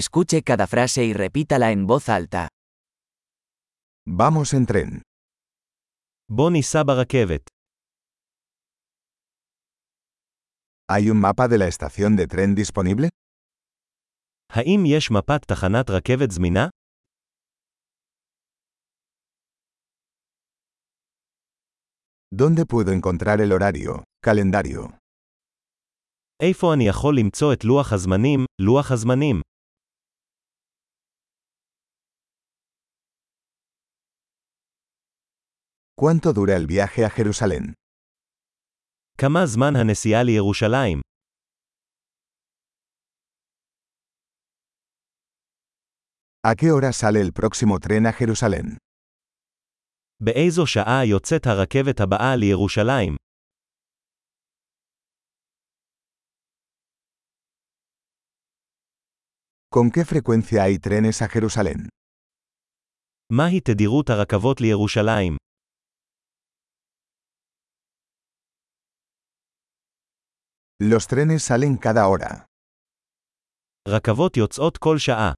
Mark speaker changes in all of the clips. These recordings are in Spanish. Speaker 1: Escuche cada frase y repítala en voz alta.
Speaker 2: Vamos en tren.
Speaker 3: בוא ניסע ברכבת.
Speaker 2: ¿Hay un mapa de la estación de tren disponible?
Speaker 3: האם יש מפת תחנת רכבת זמינה?
Speaker 2: ¿Dónde puedo encontrar el horario, calendario?
Speaker 3: איפה אני יכול למצוא את לוח הזמנים, לוח הזמנים?
Speaker 2: ¿Cuánto dura el viaje a Jerusalén?
Speaker 3: כמה זמן הנסיעה לירושלים?
Speaker 2: ¿A qué hora sale el próximo tren a Jerusalén?
Speaker 3: באיזו שעה יוצאת הרכבת הבאה לירושלים?
Speaker 2: ¿Con qué frecuencia hay trenes a Jerusalén?
Speaker 3: מהי תדירות הרכבות לירושלים?
Speaker 2: Los trenes salen cada hora.
Speaker 3: רכבות יוצאות כל שעה.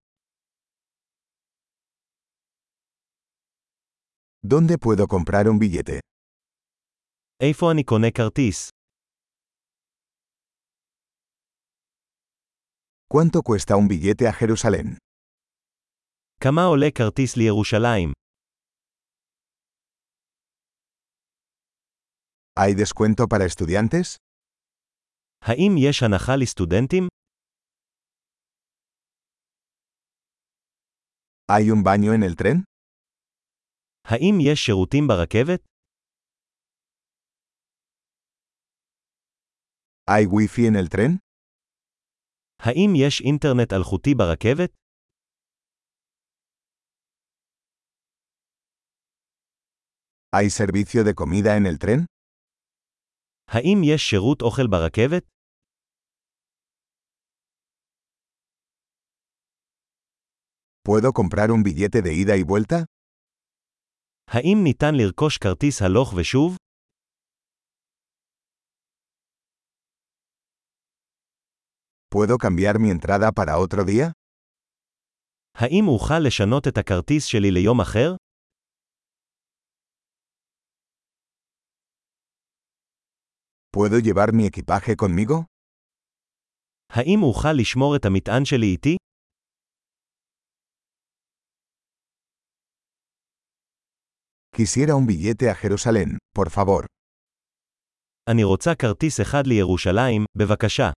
Speaker 2: ¿Dónde puedo comprar un billete?
Speaker 3: איפה אני קונה כרטיס?
Speaker 2: ¿Cuánto cuesta un billete a Jerusalén?
Speaker 3: כמה עולה כרטיס לירושלים?
Speaker 2: ¿Hay descuento para estudiantes?
Speaker 3: האם יש הנחה לסטודנטים?
Speaker 2: ¿Hay un baño en el tren?
Speaker 3: האם יש שירותים ברכבת?
Speaker 2: ¿Hay wifi en el tren?
Speaker 3: האם יש אינטרנט אלחוטי ברכבת?
Speaker 2: ¿Hay servicio de comida en el tren?
Speaker 3: האם יש שירות אוכל ברכבת?
Speaker 2: ¿Puedo comprar un billete de ida y vuelta?
Speaker 3: האם ניתן לרכוש כרטיס הלוך ושוב?
Speaker 2: ¿Puedo cambiar mi entrada para otro día?
Speaker 3: האם אוכל לשנות את הכרטיס שלי ליום אחר?
Speaker 2: ¿Puedo llevar mi equipaje conmigo?
Speaker 3: האם אוכל לשמור את המטען שלי איתי?
Speaker 2: Quisiera un billete a Jerusalén, por favor.
Speaker 3: אני רוצה כרטיס אחד לירושלים, בבקשה.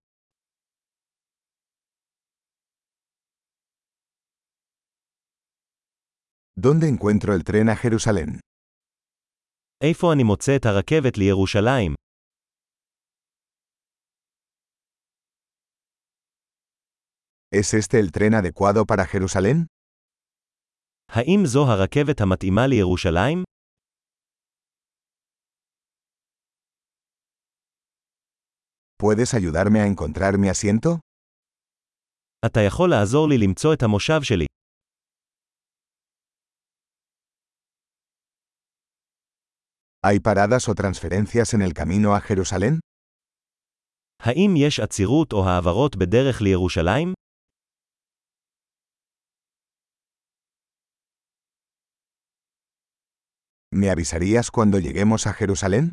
Speaker 2: ¿Dónde encuentro el tren a Jerusalén?
Speaker 3: איפה אני מוצא את הרכבת לירושלים?
Speaker 2: ¿Es este el tren adecuado para Jerusalén?
Speaker 3: האם זו הרכבת המתאימה לירושלים?
Speaker 2: ¿Puedes ayudarme a encontrar mi asiento?
Speaker 3: אתה יכול לעזור לי למצוא את המושב שלי.
Speaker 2: ¿Hay paradas o transferencias en el camino a Jerusalén?
Speaker 3: האם יש עצירות או העברות בדרך לירושלים?
Speaker 2: ¿Me avisarías cuando lleguemos a Jerusalén?